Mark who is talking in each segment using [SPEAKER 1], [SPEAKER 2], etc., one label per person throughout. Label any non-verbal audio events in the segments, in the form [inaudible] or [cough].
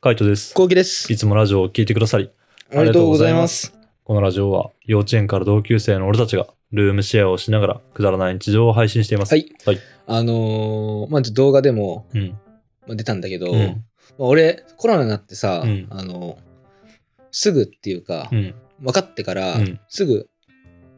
[SPEAKER 1] カイトです。
[SPEAKER 2] こうきです。
[SPEAKER 1] いつもラジオを聞いてくださり、
[SPEAKER 2] ありがとうございます。
[SPEAKER 1] このラジオは幼稚園から同級生の俺たちがルームシェアをしながらくだらない日常を配信しています。
[SPEAKER 2] はい。
[SPEAKER 1] はい
[SPEAKER 2] あのーまあ、ちょっと動画でも
[SPEAKER 1] うん。
[SPEAKER 2] まあ出たんだけど、
[SPEAKER 1] う
[SPEAKER 2] まあ
[SPEAKER 1] ん。
[SPEAKER 2] 俺、コロナになってさ、
[SPEAKER 1] うん
[SPEAKER 2] あのすぐっていうか、
[SPEAKER 1] うん。
[SPEAKER 2] 分かってから、
[SPEAKER 1] うん
[SPEAKER 2] すぐ、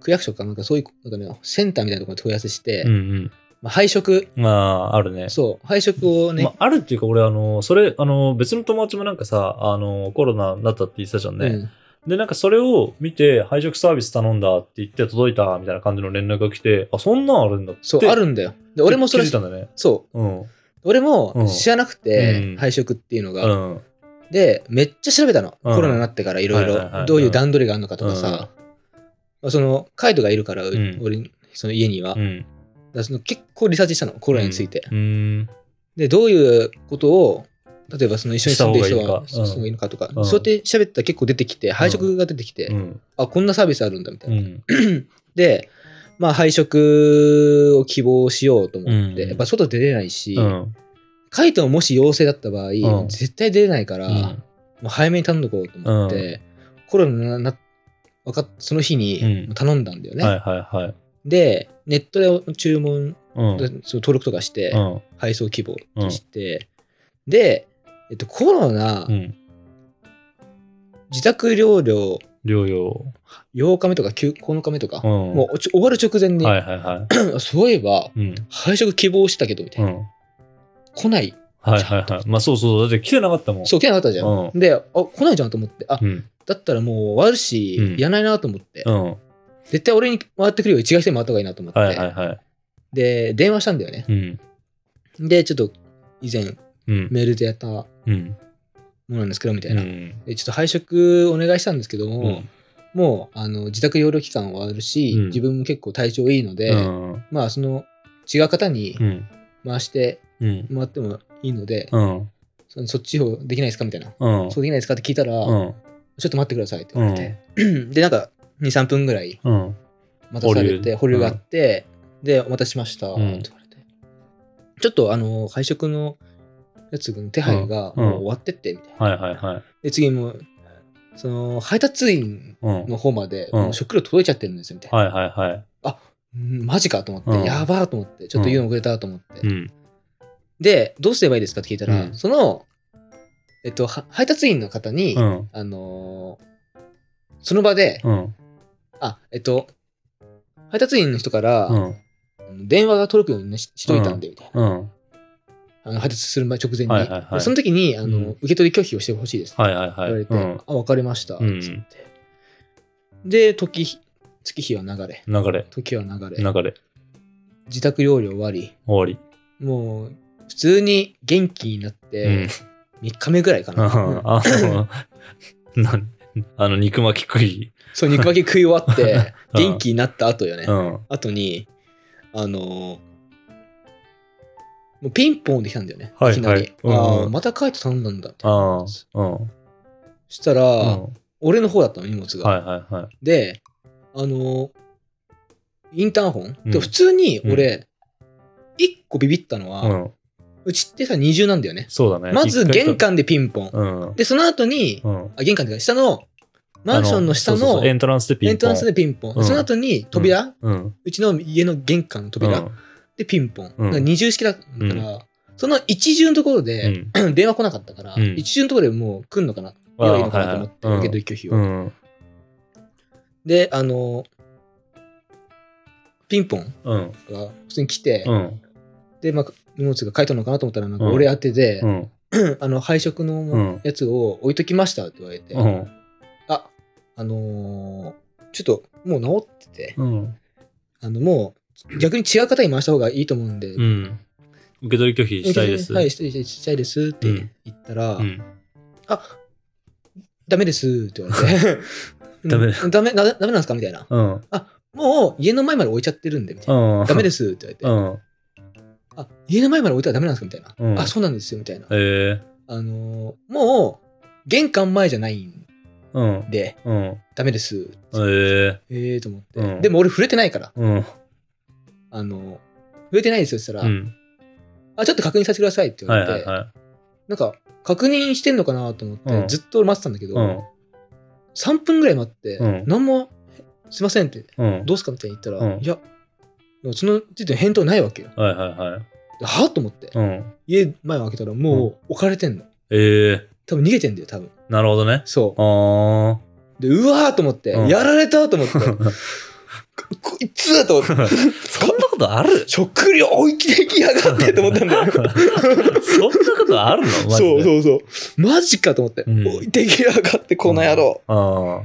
[SPEAKER 2] 区役所かなんかそういう、なんかね、センターみたいなところに問い合わせして、
[SPEAKER 1] うん。
[SPEAKER 2] まあ、配食、
[SPEAKER 1] うん。まあ、あるね。
[SPEAKER 2] そう、配食をね、
[SPEAKER 1] まあ、あるっていうか、俺、あの、それ、あの、別の友達もなんかさ、あの、コロナになったって言ってたじゃんね。
[SPEAKER 2] うん
[SPEAKER 1] で、なんかそれを見て、配食サービス頼んだって言って届いたみたいな感じの連絡が来て、あ、そんなんあるんだって。
[SPEAKER 2] そう、あるんだよ。で、俺もそれ
[SPEAKER 1] 気づい、たんだね。
[SPEAKER 2] そう、
[SPEAKER 1] うん。
[SPEAKER 2] 俺
[SPEAKER 1] うん
[SPEAKER 2] も知らなくて、
[SPEAKER 1] うん
[SPEAKER 2] 配食っていうのが、
[SPEAKER 1] うん。
[SPEAKER 2] で、めっちゃ調べたの。
[SPEAKER 1] うん
[SPEAKER 2] コロナになってからいろい
[SPEAKER 1] はいはいはい
[SPEAKER 2] ろ、どういう段取りがあるのかとかさ。まあその、カイトがいるから、
[SPEAKER 1] ん
[SPEAKER 2] 俺、その家には。
[SPEAKER 1] う
[SPEAKER 2] だか
[SPEAKER 1] ん。
[SPEAKER 2] らその結構リサーチしたの、コ
[SPEAKER 1] コ
[SPEAKER 2] ロナについて。
[SPEAKER 1] うん。
[SPEAKER 2] で、どういうことを、例えばその一緒に住んでる人が、
[SPEAKER 1] した方がいいのかうん
[SPEAKER 2] そういうのかとか、
[SPEAKER 1] うん
[SPEAKER 2] そうやって喋ったら結構出てきて、配食が出てきて、
[SPEAKER 1] うん。
[SPEAKER 2] あ、こんなサービスあるんだみたいうな。
[SPEAKER 1] ん。
[SPEAKER 2] で、まあ、配食を希望しようと思って、
[SPEAKER 1] うん
[SPEAKER 2] やっぱ外出れないし、
[SPEAKER 1] うん。
[SPEAKER 2] カイトももし陽性だった場合、
[SPEAKER 1] うん
[SPEAKER 2] 絶対出れないから、
[SPEAKER 1] うん
[SPEAKER 2] もう早めに頼んどこうと思って、コロナなわかっその日
[SPEAKER 1] う
[SPEAKER 2] に
[SPEAKER 1] ん
[SPEAKER 2] 頼んだんだよね。
[SPEAKER 1] はいはいはい。
[SPEAKER 2] で、ネットで注文、
[SPEAKER 1] うん。
[SPEAKER 2] その登録とかして、
[SPEAKER 1] うん。
[SPEAKER 2] 配送希望として、で、えっと、コロナ、
[SPEAKER 1] うん。
[SPEAKER 2] 自宅療養
[SPEAKER 1] 療養。
[SPEAKER 2] 8日目とか9 9日目とか、
[SPEAKER 1] うん。
[SPEAKER 2] もうちょ終わる直前に、
[SPEAKER 1] はいはいは
[SPEAKER 2] そういえば、
[SPEAKER 1] い。うん。
[SPEAKER 2] 配食希望したけど、みたいうな、
[SPEAKER 1] ん。
[SPEAKER 2] 来ない。
[SPEAKER 1] はいはいはい。まあそうそう。だって来てなかったもん。
[SPEAKER 2] そう、来なかったじゃん。
[SPEAKER 1] う
[SPEAKER 2] で、あ、来ないじゃんと思って、あ、
[SPEAKER 1] うん。
[SPEAKER 2] だったらもう終わるし、
[SPEAKER 1] うん
[SPEAKER 2] やらないなと思って、
[SPEAKER 1] うん。
[SPEAKER 2] 絶対俺に回ってくるより違う人に回った方がいいなと思って、
[SPEAKER 1] はいはいはい。
[SPEAKER 2] で、電話したんだよね。
[SPEAKER 1] うん。
[SPEAKER 2] で、ちょっと以前
[SPEAKER 1] うん。
[SPEAKER 2] メールでやったも
[SPEAKER 1] うん。
[SPEAKER 2] のなんですけど、みた
[SPEAKER 1] う
[SPEAKER 2] いな。
[SPEAKER 1] ん。
[SPEAKER 2] でちょっと配食お願いしたんですけど
[SPEAKER 1] う
[SPEAKER 2] も、
[SPEAKER 1] ん。
[SPEAKER 2] もうあの自宅療養期間終わるし、
[SPEAKER 1] うん
[SPEAKER 2] 自分も結構体調いいので、
[SPEAKER 1] うん。
[SPEAKER 2] まあその違う方に
[SPEAKER 1] うん。
[SPEAKER 2] 回して
[SPEAKER 1] うん。
[SPEAKER 2] もらってもいいので、
[SPEAKER 1] うん。
[SPEAKER 2] そのそっちをできないですかみたいな。
[SPEAKER 1] うん。
[SPEAKER 2] そうできないですかって聞いたら、
[SPEAKER 1] うん。
[SPEAKER 2] ちょっと待ってくださいって言われて。で、なんか2、3分ぐらい
[SPEAKER 1] うん。
[SPEAKER 2] 待たされて、
[SPEAKER 1] 保
[SPEAKER 2] 保
[SPEAKER 1] 留
[SPEAKER 2] 留があって、で、お待たせしました、って言われて。ちょっとあの、配食のやつの手配が
[SPEAKER 1] うんうん
[SPEAKER 2] もう終わってって、みたいな。
[SPEAKER 1] はいはいはい。
[SPEAKER 2] で、次もう、その、配達員
[SPEAKER 1] うん。
[SPEAKER 2] の方まで、
[SPEAKER 1] うん
[SPEAKER 2] もう食料届いちゃってるんですよ、みたいな。
[SPEAKER 1] はいはいはい。
[SPEAKER 2] うんマジかと思って、
[SPEAKER 1] うん
[SPEAKER 2] やばーと思って、ちょっと言うの遅れたと思って。
[SPEAKER 1] うん。
[SPEAKER 2] で、どうすればいいですかって聞いたら、
[SPEAKER 1] うん
[SPEAKER 2] その、えっと、は配達員の方に、
[SPEAKER 1] うん。
[SPEAKER 2] あのーその場で、
[SPEAKER 1] うん。
[SPEAKER 2] あ、えっと、配達員の人から、
[SPEAKER 1] うん。
[SPEAKER 2] 電話が届くようにねししといたんで、みたいな。
[SPEAKER 1] うん。
[SPEAKER 2] あの配達する前直前に。
[SPEAKER 1] はいはいはい
[SPEAKER 2] でその時に、あの、
[SPEAKER 1] うん
[SPEAKER 2] 受け取り拒否をしてほしいです。
[SPEAKER 1] はいはいはい。
[SPEAKER 2] 言われて、
[SPEAKER 1] うん。
[SPEAKER 2] あ、わかりました。
[SPEAKER 1] うん
[SPEAKER 2] つって。で、時日、月日は流れ。
[SPEAKER 1] 流れ。
[SPEAKER 2] 時は流れ。
[SPEAKER 1] 流れ。
[SPEAKER 2] 自宅療養終わり。
[SPEAKER 1] 終わり。
[SPEAKER 2] もう、普通に元気になっ
[SPEAKER 1] うん
[SPEAKER 2] て、。3日目ぐらいかな。うん
[SPEAKER 1] [laughs] あの、な [laughs] あの、肉巻き食い。
[SPEAKER 2] そう、肉巻き食い終わって、
[SPEAKER 1] [laughs] うん
[SPEAKER 2] 元気になった後よね
[SPEAKER 1] う。ん。
[SPEAKER 2] 後に、あのーもうピンポンできたんだよね。
[SPEAKER 1] はい
[SPEAKER 2] いきなり。
[SPEAKER 1] はいうんうん
[SPEAKER 2] ああ、また帰って頼んだんだみたいな。
[SPEAKER 1] ああ。うん。
[SPEAKER 2] そしたら、
[SPEAKER 1] うん
[SPEAKER 2] 俺の方だったの、荷物が。
[SPEAKER 1] はいはいはい。
[SPEAKER 2] で、あのーインターホン、
[SPEAKER 1] うん
[SPEAKER 2] でも普通に俺、一個ビビったのは、う
[SPEAKER 1] うん。
[SPEAKER 2] ちってさ、二重なんだよね。
[SPEAKER 1] そうだね。
[SPEAKER 2] まず
[SPEAKER 1] 一回
[SPEAKER 2] 玄。関でピンポン。
[SPEAKER 1] うん。
[SPEAKER 2] で、その後に、
[SPEAKER 1] うん。
[SPEAKER 2] あ玄関っていうか、下の、マンションの下
[SPEAKER 1] あそうそう
[SPEAKER 2] の
[SPEAKER 1] そうエントランスでピンポン。
[SPEAKER 2] エントランスでピンポン。
[SPEAKER 1] う
[SPEAKER 2] で
[SPEAKER 1] ん
[SPEAKER 2] その後に扉、う
[SPEAKER 1] うん。
[SPEAKER 2] ちの家の玄関の扉、
[SPEAKER 1] うん。
[SPEAKER 2] でピンポン。
[SPEAKER 1] うん
[SPEAKER 2] だから二重式だから、その一重のところで、電話来なかったから、
[SPEAKER 1] うん
[SPEAKER 2] 一重のところでもう来んのかな、
[SPEAKER 1] あー
[SPEAKER 2] 要はいいのかなと思って、
[SPEAKER 1] はいはい
[SPEAKER 2] 受け取り拒否を。
[SPEAKER 1] うん。
[SPEAKER 2] で、あの、ピンポン
[SPEAKER 1] うん。
[SPEAKER 2] が普通に来て、
[SPEAKER 1] うん。
[SPEAKER 2] で、まあ、荷物が書いたのかなと思ったら、なんか
[SPEAKER 1] うん
[SPEAKER 2] 俺宛てで、
[SPEAKER 1] うん。
[SPEAKER 2] あの配色
[SPEAKER 1] ん
[SPEAKER 2] のやつを置いときましたって言われて、
[SPEAKER 1] うん。
[SPEAKER 2] あ、あのーちょっともう治ってて、
[SPEAKER 1] うん。
[SPEAKER 2] あのもう逆に違う方に回した方がいいと思うんで、
[SPEAKER 1] うん。受け取り拒否したいです。
[SPEAKER 2] はい、したいですしたいですって言ったら、
[SPEAKER 1] うん。
[SPEAKER 2] あダメですって言われて。
[SPEAKER 1] [laughs] ダメ
[SPEAKER 2] うんダメなダメなんですかみたいな。
[SPEAKER 1] うん。
[SPEAKER 2] もう家の前まで置いちゃってるんで、みたいな。
[SPEAKER 1] うん。。
[SPEAKER 2] ダメですすって言
[SPEAKER 1] う
[SPEAKER 2] われて。
[SPEAKER 1] ん。
[SPEAKER 2] あ、家の前まで置いたらダメなんですかみたいな。
[SPEAKER 1] うん
[SPEAKER 2] あ、そうなんですよ、みたいな。
[SPEAKER 1] ええ。
[SPEAKER 2] あのーもう、玄関前じゃないん
[SPEAKER 1] うん。
[SPEAKER 2] で、
[SPEAKER 1] うん。
[SPEAKER 2] ダメです。
[SPEAKER 1] ええ。
[SPEAKER 2] ええー、と思って、
[SPEAKER 1] うん
[SPEAKER 2] でも俺触れてないから、
[SPEAKER 1] うん。
[SPEAKER 2] あのー触れてないですよって言っ
[SPEAKER 1] う
[SPEAKER 2] たら、
[SPEAKER 1] ん。
[SPEAKER 2] あ、ちょっと確認させてくださいって言
[SPEAKER 1] はい
[SPEAKER 2] われて、
[SPEAKER 1] はいはい。
[SPEAKER 2] なんか、確認してんのかなと思って、
[SPEAKER 1] うん
[SPEAKER 2] ずっと待ってたんだけど、
[SPEAKER 1] うん。
[SPEAKER 2] 3分ぐらい待って、
[SPEAKER 1] うん
[SPEAKER 2] 何も、すいませんって、
[SPEAKER 1] うん。
[SPEAKER 2] どうすかみたいに言ったら、
[SPEAKER 1] うん
[SPEAKER 2] いや、その時点で返答ないわけよ。
[SPEAKER 1] はいはいはい。
[SPEAKER 2] はと思って、
[SPEAKER 1] うん。
[SPEAKER 2] 家前を開けたらもう置かれてんの。
[SPEAKER 1] ええ
[SPEAKER 2] 多分逃げてんだよ、多分。
[SPEAKER 1] なるほどね。
[SPEAKER 2] そ
[SPEAKER 1] あ
[SPEAKER 2] う。で、うわーと思って、
[SPEAKER 1] うん
[SPEAKER 2] やられたと
[SPEAKER 1] [laughs]
[SPEAKER 2] 思って、
[SPEAKER 1] あ。
[SPEAKER 2] こいつーと思っ
[SPEAKER 1] そ
[SPEAKER 2] て、
[SPEAKER 1] んなことあ
[SPEAKER 2] [laughs]
[SPEAKER 1] る
[SPEAKER 2] 食料置いてきやがってと思ったんだよ。
[SPEAKER 1] そんなことあるの [laughs] マジで
[SPEAKER 2] そうそうそう。マジかと思って、
[SPEAKER 1] うん
[SPEAKER 2] 置いてきやがって、この野郎、
[SPEAKER 1] あ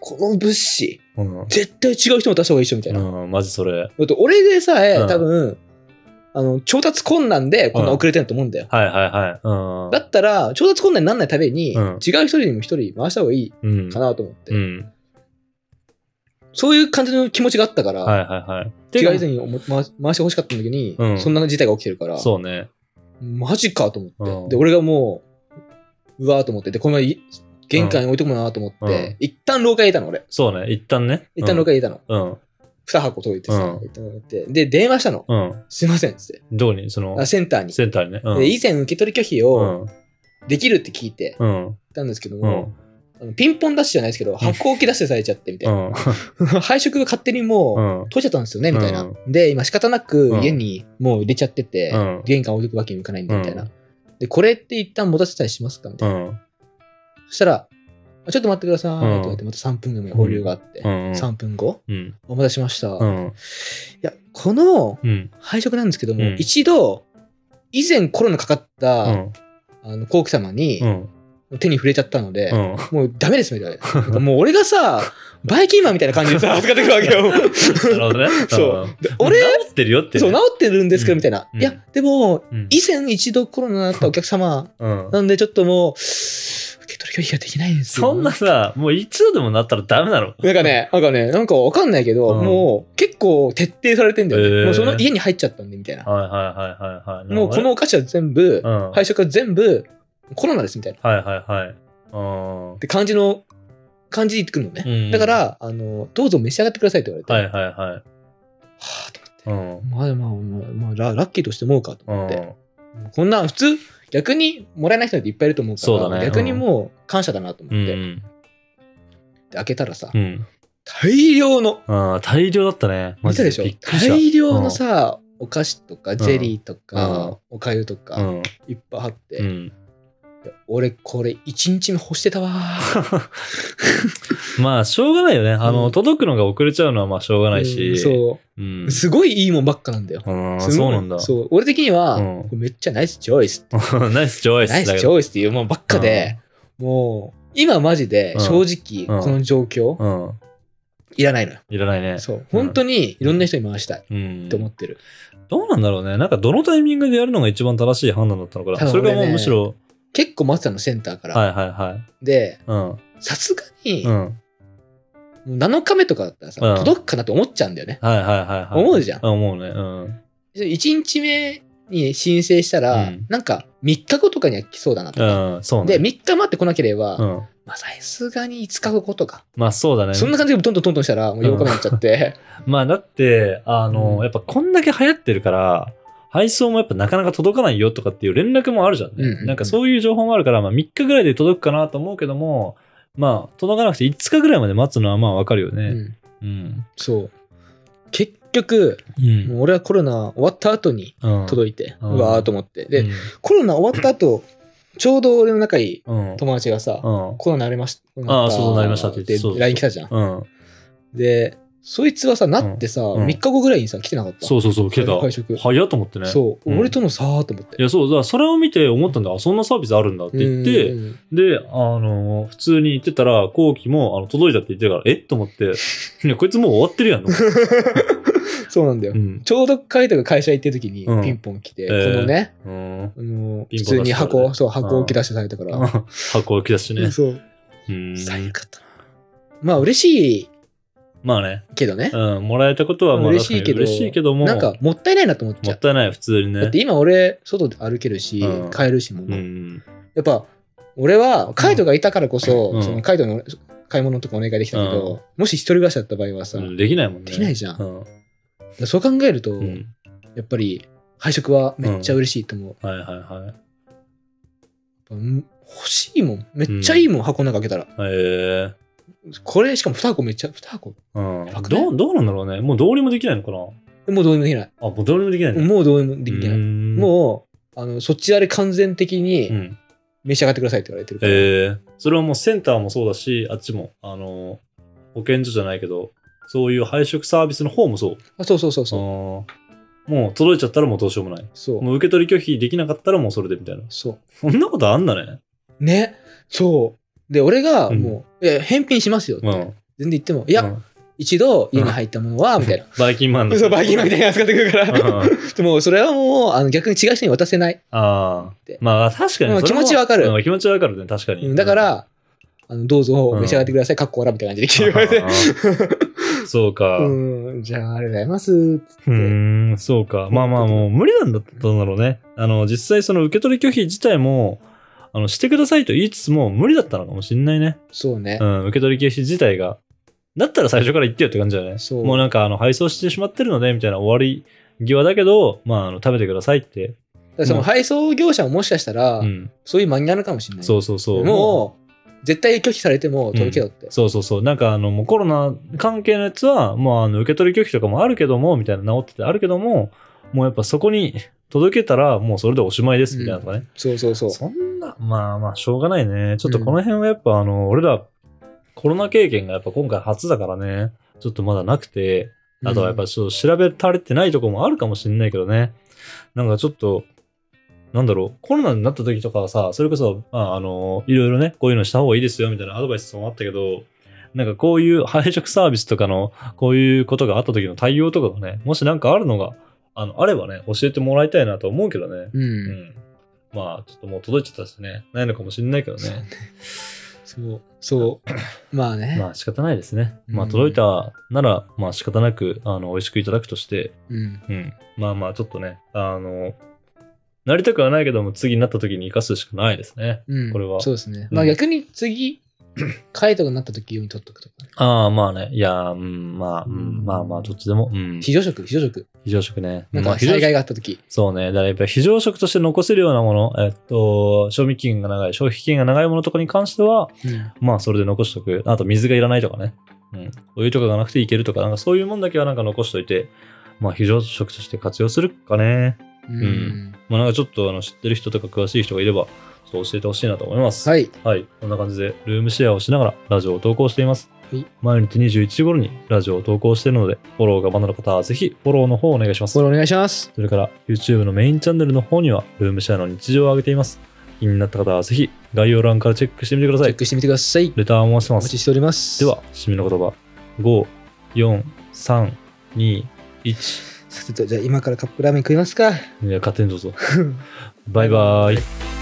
[SPEAKER 2] この物資、
[SPEAKER 1] あ。うん。
[SPEAKER 2] 絶対違う人も出した方がいいっしょ、みたいな。
[SPEAKER 1] うん、マジそれ。
[SPEAKER 2] だって俺でさえ、
[SPEAKER 1] うん
[SPEAKER 2] 多分、あの、調達困難でこんな遅れてんと思うんだよ。
[SPEAKER 1] はいはいはい。うん。
[SPEAKER 2] だったら、調達困難にならないために、
[SPEAKER 1] うん
[SPEAKER 2] 違う一人にも一人回した方がいい
[SPEAKER 1] うん
[SPEAKER 2] か。なと思って、
[SPEAKER 1] うん。
[SPEAKER 2] そういう感じの気持ちがあったから、
[SPEAKER 1] はいはいはい。
[SPEAKER 2] 違
[SPEAKER 1] て
[SPEAKER 2] う人
[SPEAKER 1] か
[SPEAKER 2] に思回し回してほしかったんだけどに、
[SPEAKER 1] うん
[SPEAKER 2] そんな事態が起きてるから、
[SPEAKER 1] そうね。
[SPEAKER 2] マジかと思って、
[SPEAKER 1] うん
[SPEAKER 2] で、俺がもう、うわーと思って、で、この前、玄関に置いとくもなと思って、
[SPEAKER 1] うん
[SPEAKER 2] 一旦廊下へ入れたの、俺。
[SPEAKER 1] そうね。一旦ね。
[SPEAKER 2] 一旦廊下へ入れたの。
[SPEAKER 1] うん。
[SPEAKER 2] 二箱届いてさ、
[SPEAKER 1] うん
[SPEAKER 2] 一旦置いてで、電話したの。
[SPEAKER 1] うん。うん。
[SPEAKER 2] すいません、っつって。
[SPEAKER 1] どこにその
[SPEAKER 2] あ、センターに。
[SPEAKER 1] センターにね。うん。
[SPEAKER 2] で以前受け取り拒否
[SPEAKER 1] う
[SPEAKER 2] を
[SPEAKER 1] ん。
[SPEAKER 2] できるって聞いて
[SPEAKER 1] うん。
[SPEAKER 2] たんですけど
[SPEAKER 1] う
[SPEAKER 2] も、
[SPEAKER 1] ん。
[SPEAKER 2] あのピンポンダッシュじゃないですけど、箱置きダッシュされちゃってみた
[SPEAKER 1] う
[SPEAKER 2] い
[SPEAKER 1] ん。
[SPEAKER 2] な。 [laughs] 配色が勝手に
[SPEAKER 1] う
[SPEAKER 2] もう、
[SPEAKER 1] ん。
[SPEAKER 2] 取れちゃったんですよね、みたいな
[SPEAKER 1] う。
[SPEAKER 2] で、今仕方な
[SPEAKER 1] う
[SPEAKER 2] く
[SPEAKER 1] ん
[SPEAKER 2] 家にもう入れちゃってて
[SPEAKER 1] うん、。
[SPEAKER 2] 玄関置いとくわけにもいかないんだ、みたいうなんで、これって一旦持たせたりしますかみた
[SPEAKER 1] う
[SPEAKER 2] いな。
[SPEAKER 1] ん。
[SPEAKER 2] そしたら、あちょっと待ってください、と
[SPEAKER 1] うん
[SPEAKER 2] か言って、また3分後に保留があって、
[SPEAKER 1] うん。
[SPEAKER 2] 3分後
[SPEAKER 1] うん。
[SPEAKER 2] お待たせしました。
[SPEAKER 1] う
[SPEAKER 2] い
[SPEAKER 1] ん。
[SPEAKER 2] や、この
[SPEAKER 1] うん。
[SPEAKER 2] 配色なんですけども
[SPEAKER 1] うん、
[SPEAKER 2] 一度、以前コロナかかっ
[SPEAKER 1] う
[SPEAKER 2] た、
[SPEAKER 1] ん。
[SPEAKER 2] あの、皇輝様に
[SPEAKER 1] う、ん。
[SPEAKER 2] 手に触れちゃった
[SPEAKER 1] [laughs]
[SPEAKER 2] ので、
[SPEAKER 1] うん。
[SPEAKER 2] もうダメですみたいな。もう俺がさ、バイキンマンみたいな感じ
[SPEAKER 1] [laughs]
[SPEAKER 2] でさ、扱ってくるわけよ。
[SPEAKER 1] なるほどね。
[SPEAKER 2] そう
[SPEAKER 1] うん。
[SPEAKER 2] で俺、
[SPEAKER 1] 治ってるよってね。
[SPEAKER 2] そう、治ってるんですけど、みたいな。
[SPEAKER 1] うん
[SPEAKER 2] いや、でも、
[SPEAKER 1] うん
[SPEAKER 2] 以前一度コロナになったお客様、
[SPEAKER 1] うん。
[SPEAKER 2] なんでちょっともう、受け取り拒否ができないんですよ。
[SPEAKER 1] そんなさ、もういつでもなったらダメなの。
[SPEAKER 2] なんかね、なんかね、なんかわかんないけど、
[SPEAKER 1] うん
[SPEAKER 2] もう結構徹底されてんだよ
[SPEAKER 1] へ
[SPEAKER 2] ね。
[SPEAKER 1] ー
[SPEAKER 2] もうその家に入っちゃったんで、みたいな。
[SPEAKER 1] はいはいはいはいはい。
[SPEAKER 2] もうこのお菓子は全部、
[SPEAKER 1] うん
[SPEAKER 2] 配色は全部、コロナです、みたいな。っ
[SPEAKER 1] はいはいはい。うん。は
[SPEAKER 2] て感じの、感じで言ってくるのね。
[SPEAKER 1] うん
[SPEAKER 2] だから、あの、どうぞ召し上がってくださいって言われ
[SPEAKER 1] い
[SPEAKER 2] て。
[SPEAKER 1] はいはい。
[SPEAKER 2] はあと思って。
[SPEAKER 1] うん。
[SPEAKER 2] まあまあまあ、まあ、ララッキーとして思うかと
[SPEAKER 1] う
[SPEAKER 2] 思って、
[SPEAKER 1] ん。
[SPEAKER 2] こんな普通逆にもらえない人っていっぱいいると思うから
[SPEAKER 1] そうだね
[SPEAKER 2] 逆にもう感謝だなと思
[SPEAKER 1] う
[SPEAKER 2] って、で
[SPEAKER 1] ん。
[SPEAKER 2] 開けたらさ、
[SPEAKER 1] うん。
[SPEAKER 2] 大量の
[SPEAKER 1] ああ、大量だったね。マ
[SPEAKER 2] 見
[SPEAKER 1] ジ
[SPEAKER 2] た
[SPEAKER 1] で
[SPEAKER 2] でしょ
[SPEAKER 1] びっくりした。
[SPEAKER 2] 大量のさ、お菓子とかジェリーとか、
[SPEAKER 1] うん
[SPEAKER 2] おかゆと
[SPEAKER 1] う
[SPEAKER 2] か、
[SPEAKER 1] ん。
[SPEAKER 2] いっぱいあって、
[SPEAKER 1] うん。
[SPEAKER 2] 俺これ一日目干してたわー
[SPEAKER 1] まあ、しょうがないよね。あ
[SPEAKER 2] う
[SPEAKER 1] の、
[SPEAKER 2] ん
[SPEAKER 1] 届くのが遅れちゃうのはまあしょうがない
[SPEAKER 2] うん
[SPEAKER 1] し。
[SPEAKER 2] そうう、
[SPEAKER 1] ん。
[SPEAKER 2] すごいいいもんばっかなんだよ、
[SPEAKER 1] うん。
[SPEAKER 2] すごい
[SPEAKER 1] そうなんだ。 [laughs]
[SPEAKER 2] そう俺的には、
[SPEAKER 1] うん
[SPEAKER 2] これめっちゃナイスチョイスって
[SPEAKER 1] ナイスチョイス
[SPEAKER 2] ナ
[SPEAKER 1] だ
[SPEAKER 2] イ
[SPEAKER 1] けど。
[SPEAKER 2] スチョイスっていうもんばっかで、もう今マジで正
[SPEAKER 1] う
[SPEAKER 2] 直
[SPEAKER 1] ん
[SPEAKER 2] この状況、
[SPEAKER 1] うん。
[SPEAKER 2] いらないのよ。
[SPEAKER 1] いらないね。
[SPEAKER 2] そう。本当にいろんな人に回したい
[SPEAKER 1] うん。
[SPEAKER 2] って思ってる。
[SPEAKER 1] どうなんだろうね。なんかどのタイミングでやるのが一番正しい判断だったのかな。
[SPEAKER 2] 多分
[SPEAKER 1] それがも
[SPEAKER 2] 俺
[SPEAKER 1] う
[SPEAKER 2] ね
[SPEAKER 1] むしろ、
[SPEAKER 2] 結構待ってたの、センターから。
[SPEAKER 1] はいはいはい。
[SPEAKER 2] で、
[SPEAKER 1] うん。
[SPEAKER 2] さすがに、
[SPEAKER 1] う
[SPEAKER 2] も
[SPEAKER 1] ん。
[SPEAKER 2] う7日目とかだったらさ、
[SPEAKER 1] うん
[SPEAKER 2] 届くかなって思っちゃうんだよね。
[SPEAKER 1] はいはいはい、はい。
[SPEAKER 2] 思うじゃん
[SPEAKER 1] 思うね。うん。
[SPEAKER 2] 1日目に申請したら、
[SPEAKER 1] うん
[SPEAKER 2] なんか3日後とかには来そうだなとか。
[SPEAKER 1] うん、そうね。
[SPEAKER 2] で、3日待ってこなければ、
[SPEAKER 1] うん。
[SPEAKER 2] まあさすがに5日後とか。
[SPEAKER 1] まあそうだね。
[SPEAKER 2] そんな感じでどんどんどんどんしたら、もう8日目になっちゃって。
[SPEAKER 1] まあだって、あの、
[SPEAKER 2] うん
[SPEAKER 1] やっぱこんだけ流行ってるから、配送もやっぱなかなか届かないよとかっていう連絡もあるじゃんね。
[SPEAKER 2] うんうんうん
[SPEAKER 1] なんかそういう情報もあるから、まあ3日ぐらいで届くかなと思うけども、まあ届かなくて5日ぐらいまで待つのはまあわかるよ
[SPEAKER 2] [laughs] う
[SPEAKER 1] ね。
[SPEAKER 2] ん
[SPEAKER 1] うん。
[SPEAKER 2] そう。結局、
[SPEAKER 1] うん。
[SPEAKER 2] もう俺はコロナ終わった後に
[SPEAKER 1] うん、
[SPEAKER 2] 届いて、
[SPEAKER 1] うん
[SPEAKER 2] うわーと思って。
[SPEAKER 1] て
[SPEAKER 2] で、コロナ終わった後、ちょうど俺の仲いい
[SPEAKER 1] うん。うん。
[SPEAKER 2] 友達がさ、
[SPEAKER 1] うん。
[SPEAKER 2] コロナなりました。
[SPEAKER 1] ああそうなりましたって言ってそうそう
[SPEAKER 2] LINE 来たじゃん。
[SPEAKER 1] うん。
[SPEAKER 2] で、そいつはさ、なってさ、
[SPEAKER 1] うん
[SPEAKER 2] 3日後ぐらいにさ、来てなかった。
[SPEAKER 1] そうそうそう、来てた。
[SPEAKER 2] 会食
[SPEAKER 1] 早っと思ってね。
[SPEAKER 2] そう、
[SPEAKER 1] うん
[SPEAKER 2] 俺とのさーと思って。
[SPEAKER 1] いや、そう、だからそれを見て思ったんだ。あ、そんなサービスあるんだって言って、
[SPEAKER 2] うんうん
[SPEAKER 1] で、あの、普通に言ってたら、後期も、あの、届いたって言ってるから、えっと思って、いや、こいつもう終わってるやんの。
[SPEAKER 2] [laughs] そうなんだよ。
[SPEAKER 1] うん。
[SPEAKER 2] ちょうどカイトが会社行ってる時に
[SPEAKER 1] うん
[SPEAKER 2] ピンポン来て、
[SPEAKER 1] えー
[SPEAKER 2] このね、
[SPEAKER 1] うん。
[SPEAKER 2] あの
[SPEAKER 1] ピンポン
[SPEAKER 2] 普通
[SPEAKER 1] 出
[SPEAKER 2] に
[SPEAKER 1] したからね
[SPEAKER 2] 箱、そう、箱置き出してされたから。
[SPEAKER 1] 箱行きだしね。
[SPEAKER 2] そう。
[SPEAKER 1] うん。
[SPEAKER 2] 最悪だったな。まあ、嬉しい
[SPEAKER 1] まあね、
[SPEAKER 2] けどね。
[SPEAKER 1] うん、もらえたことは、まあ、
[SPEAKER 2] 嬉しいけど
[SPEAKER 1] 確かに嬉しいけども、
[SPEAKER 2] なんか、もったいないなと思っち
[SPEAKER 1] も
[SPEAKER 2] ゃ
[SPEAKER 1] っ
[SPEAKER 2] う。
[SPEAKER 1] たいない、普通に
[SPEAKER 2] だっ
[SPEAKER 1] ね
[SPEAKER 2] て。今俺、外で歩けるし
[SPEAKER 1] うん、
[SPEAKER 2] 買えるし、も
[SPEAKER 1] う
[SPEAKER 2] の。
[SPEAKER 1] ん。
[SPEAKER 2] やっぱ、俺は、カイトがいたからこそ、
[SPEAKER 1] うん
[SPEAKER 2] そのカイトの買い物とかお願いできたけど、
[SPEAKER 1] う
[SPEAKER 2] もし一人暮らしだった場合はさ、
[SPEAKER 1] うんできないもんね。
[SPEAKER 2] できないじゃん
[SPEAKER 1] うん。
[SPEAKER 2] そう考えると、
[SPEAKER 1] うん
[SPEAKER 2] やっぱり、配食はめっちゃ嬉しいと思う。
[SPEAKER 1] はいはいはい。
[SPEAKER 2] うん欲しいもん。めっちゃいいもん、箱の中開けたら。
[SPEAKER 1] へえ。
[SPEAKER 2] これ、しかも2箱めっちゃ、2箱。
[SPEAKER 1] うん
[SPEAKER 2] やば。くない
[SPEAKER 1] どう、どうなんだろうね。もうどうにもできないのかな
[SPEAKER 2] もうどうにもできない。
[SPEAKER 1] あ、もうどうにもできないの
[SPEAKER 2] もうどうにもできない。
[SPEAKER 1] いも
[SPEAKER 2] もう、あの、そっちあれ完全的
[SPEAKER 1] う
[SPEAKER 2] に
[SPEAKER 1] ん。
[SPEAKER 2] 召し上がってくださいって言われてるから。
[SPEAKER 1] へえ。それはもうセンターもそうだし、あっちも、あの、保健所じゃないけど、そういう配食サービスの方もそう。
[SPEAKER 2] あそうそうそうそう。
[SPEAKER 1] あーもう届いちゃったらもうどうしようもない。
[SPEAKER 2] そう。
[SPEAKER 1] もう受け取り拒否できなかったらもうそれでみたいな。
[SPEAKER 2] そ
[SPEAKER 1] そんなことあんだね。
[SPEAKER 2] う。ね。そう。で、俺がもう、え返品しますよって、
[SPEAKER 1] うん。
[SPEAKER 2] 全然言っても、いうや、
[SPEAKER 1] ん
[SPEAKER 2] 一度家に入ったものは、みたいな。
[SPEAKER 1] バイキンマンだ。
[SPEAKER 2] そう、バイキンマンみたいなの扱ってくるか
[SPEAKER 1] うん
[SPEAKER 2] ら。でも、それはもう、あの逆に違う人に渡せない。
[SPEAKER 1] ああ
[SPEAKER 2] て。
[SPEAKER 1] まあ確か
[SPEAKER 2] う
[SPEAKER 1] に
[SPEAKER 2] ん気持ちわかる
[SPEAKER 1] うん気持ちわかるね、確かに。
[SPEAKER 2] うんだか
[SPEAKER 1] うん、
[SPEAKER 2] ら、あのどうぞ召し上がってください、かっこわらみたいな感じで言われ
[SPEAKER 1] [laughs]
[SPEAKER 2] て
[SPEAKER 1] あ。ーそうか。う
[SPEAKER 2] うん、じゃあ、ありがとうございます。
[SPEAKER 1] ーん、そうか。まあまあもう無理なんだったんだろうね。あの、実際その受け取り拒否自体も、あの、してくださいと言いつつも無理だったのかもしんないね。
[SPEAKER 2] そうね
[SPEAKER 1] う。ん、受け取り休止自体が。だったら最初から言ってよって感じだね。
[SPEAKER 2] そう
[SPEAKER 1] もうなんか、あの、配送してしまってるので、みたいな終わり際だけど、まあ、あの食べてくださいって。
[SPEAKER 2] だからその
[SPEAKER 1] うん
[SPEAKER 2] 配送業者ももしかしたら、
[SPEAKER 1] うん。
[SPEAKER 2] そういうマニュアルかもしれない。
[SPEAKER 1] そうそうそう。
[SPEAKER 2] もう、絶対拒否されても
[SPEAKER 1] うん
[SPEAKER 2] 届けろって。
[SPEAKER 1] そうそうそう。なんか、あの、もうコロナ関係のやつは、もう、あの、受け取り拒否とかもあるけども、みたいな、治っててあるけども、もうやっぱそこに届けたら、もうそれでおしまいです、みたいなとかね。
[SPEAKER 2] そうそうそう。
[SPEAKER 1] そんな、まあまあ、しょうがないね。ちょっとこの辺はやっぱ、あの、俺ら、コロナ経験がやっぱ今回初だからね、ちょっとまだなくて、あとはやっぱちょっと調べられてないとこもあるかもしれないけどね。なんかちょっと、なんだろう、コロナになった時とかはさ、それこそ、まあ、あの、いろいろね、こういうのした方がいいですよみたいなアドバイスもあったけど、なんかこういう [laughs] 配食サービスとかの、こういうことがあった時の対応とかがね、もしなんかあるのが、あの、あればね、教えてもらいたいなと思うけどね。
[SPEAKER 2] うん。
[SPEAKER 1] う
[SPEAKER 2] うん
[SPEAKER 1] ん。まあ、ちょっともう届いちゃったしね、ないのかもしれないけどね。
[SPEAKER 2] そう。
[SPEAKER 1] [laughs]
[SPEAKER 2] そう。まあね。
[SPEAKER 1] まあ仕方ないですね。まあ
[SPEAKER 2] うん
[SPEAKER 1] 届いたなら、まあ仕方なく、あの、美味しくいただくとして、
[SPEAKER 2] うん。
[SPEAKER 1] うん、まあまあちょっとねあのなりたくはないけども次になった時に生かすしかないですね
[SPEAKER 2] うん。
[SPEAKER 1] これは
[SPEAKER 2] そうですね。
[SPEAKER 1] うん
[SPEAKER 2] まあ逆に次、 [clears throat] カイトがなった時用に取っとくとか。
[SPEAKER 1] ああまあねいやーうんまあ、うん、まあまあどっちでも、うん、
[SPEAKER 2] 非常食、非常食。
[SPEAKER 1] 非常食ね
[SPEAKER 2] なん
[SPEAKER 1] まあ
[SPEAKER 2] か
[SPEAKER 1] 非常
[SPEAKER 2] 災
[SPEAKER 1] 食
[SPEAKER 2] 害があった時。
[SPEAKER 1] そうねだからやっぱり非常食として残せるようなものえっと賞味期限が長い消費期限が長いものとかに関しては
[SPEAKER 2] うん。
[SPEAKER 1] まあそれで残しとくあと水がいらないとかね、うん、お湯とかがなくていけるとかなんかそういうもんだけはなんか残しといてまあ非常食として活用するかね
[SPEAKER 2] うん。
[SPEAKER 1] まあ、なんかちょっとあの知ってる人とか詳しい人がいれば、ちょっと教えてほしいなと思います。
[SPEAKER 2] はい。
[SPEAKER 1] はい。こんな感じで、ルームシェアをしながらラジオを投稿しています。
[SPEAKER 2] はい
[SPEAKER 1] 毎日21時頃にラジオを投稿しているので、フォローがまだの方はぜひフォローの方をお願いします
[SPEAKER 2] こ。れお願いします。
[SPEAKER 1] それから、YouTube のメインチャンネルの方には、ルームシェアの日常を上げています。気になった方はぜひ、概要欄からチェックしてみてくだ
[SPEAKER 2] チ
[SPEAKER 1] さ
[SPEAKER 2] ェッ
[SPEAKER 1] い。
[SPEAKER 2] クしてみてください。
[SPEAKER 1] レターを回して
[SPEAKER 2] お
[SPEAKER 1] ま
[SPEAKER 2] 待ち
[SPEAKER 1] す。
[SPEAKER 2] しております。
[SPEAKER 1] では、締めの言葉。5、4、3、2、1。
[SPEAKER 2] さてと、じゃあ今からカップラーメン食いますか。
[SPEAKER 1] いや、勝手にどうぞ。バイバイ。